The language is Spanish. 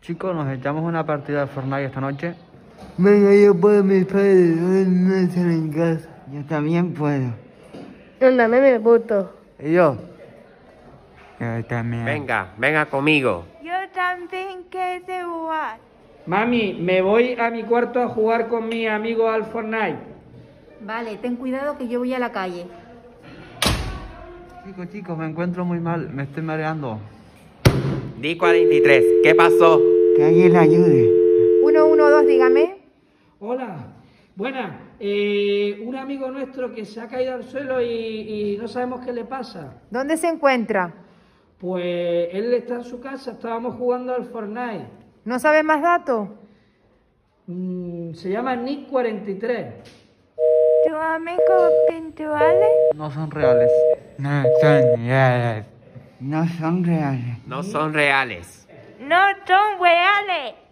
Chicos, nos echamos una partida de Fortnite esta noche. Venga, yo puedo, mis padres no están en casa. Yo también puedo. Ándame, me puto. ¿Y yo? Yo también. Venga, venga conmigo. Yo también quiero jugar. Mami, me voy a mi cuarto a jugar con mi amigo al Fortnite. Vale, ten cuidado que yo voy a la calle. Chicos, chicos, me encuentro muy mal, me estoy mareando. Di 43, ¿qué pasó? Que alguien la ayude. 112, dígame. Hola, buenas. Eh, un amigo nuestro que se ha caído al suelo y, y no sabemos qué le pasa. ¿Dónde se encuentra? Pues él está en su casa, estábamos jugando al Fortnite. ¿No sabe más datos? Mm, se llama Nick 43. ¿Tu amigo pintuales? No son reales. No son reales. No son reales. No son reales. No son reales.